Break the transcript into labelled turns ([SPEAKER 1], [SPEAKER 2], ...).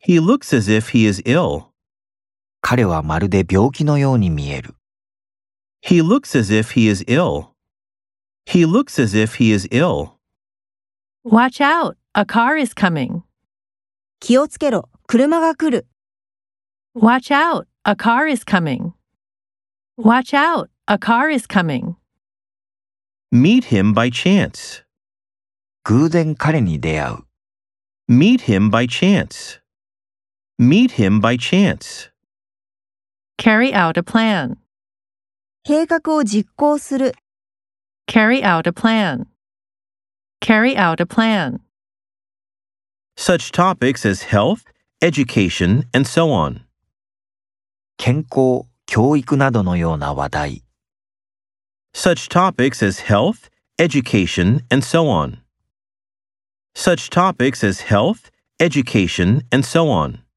[SPEAKER 1] He looks as if he is ill.
[SPEAKER 2] 彼はまるで病気のように見える。
[SPEAKER 1] He looks as if he is ill. He looks as if he is ill.
[SPEAKER 3] Watch out, a car is coming.
[SPEAKER 4] 気をつけろ、車が来る。
[SPEAKER 3] Watch out, a car is coming. Watch out, a car is coming.
[SPEAKER 1] Meet him by chance.
[SPEAKER 2] 偶然彼に出会う。
[SPEAKER 1] Meet him by chance. Meet him by chance.
[SPEAKER 3] Carry out a plan.
[SPEAKER 4] 計画を実行する。
[SPEAKER 3] Carry out a plan. Carry out a plan.
[SPEAKER 1] Such topics as health, education, and so on.
[SPEAKER 2] 健康、教育などのような話題。
[SPEAKER 1] Such topics as health, education, and so on. Such topics as health, education, and so on.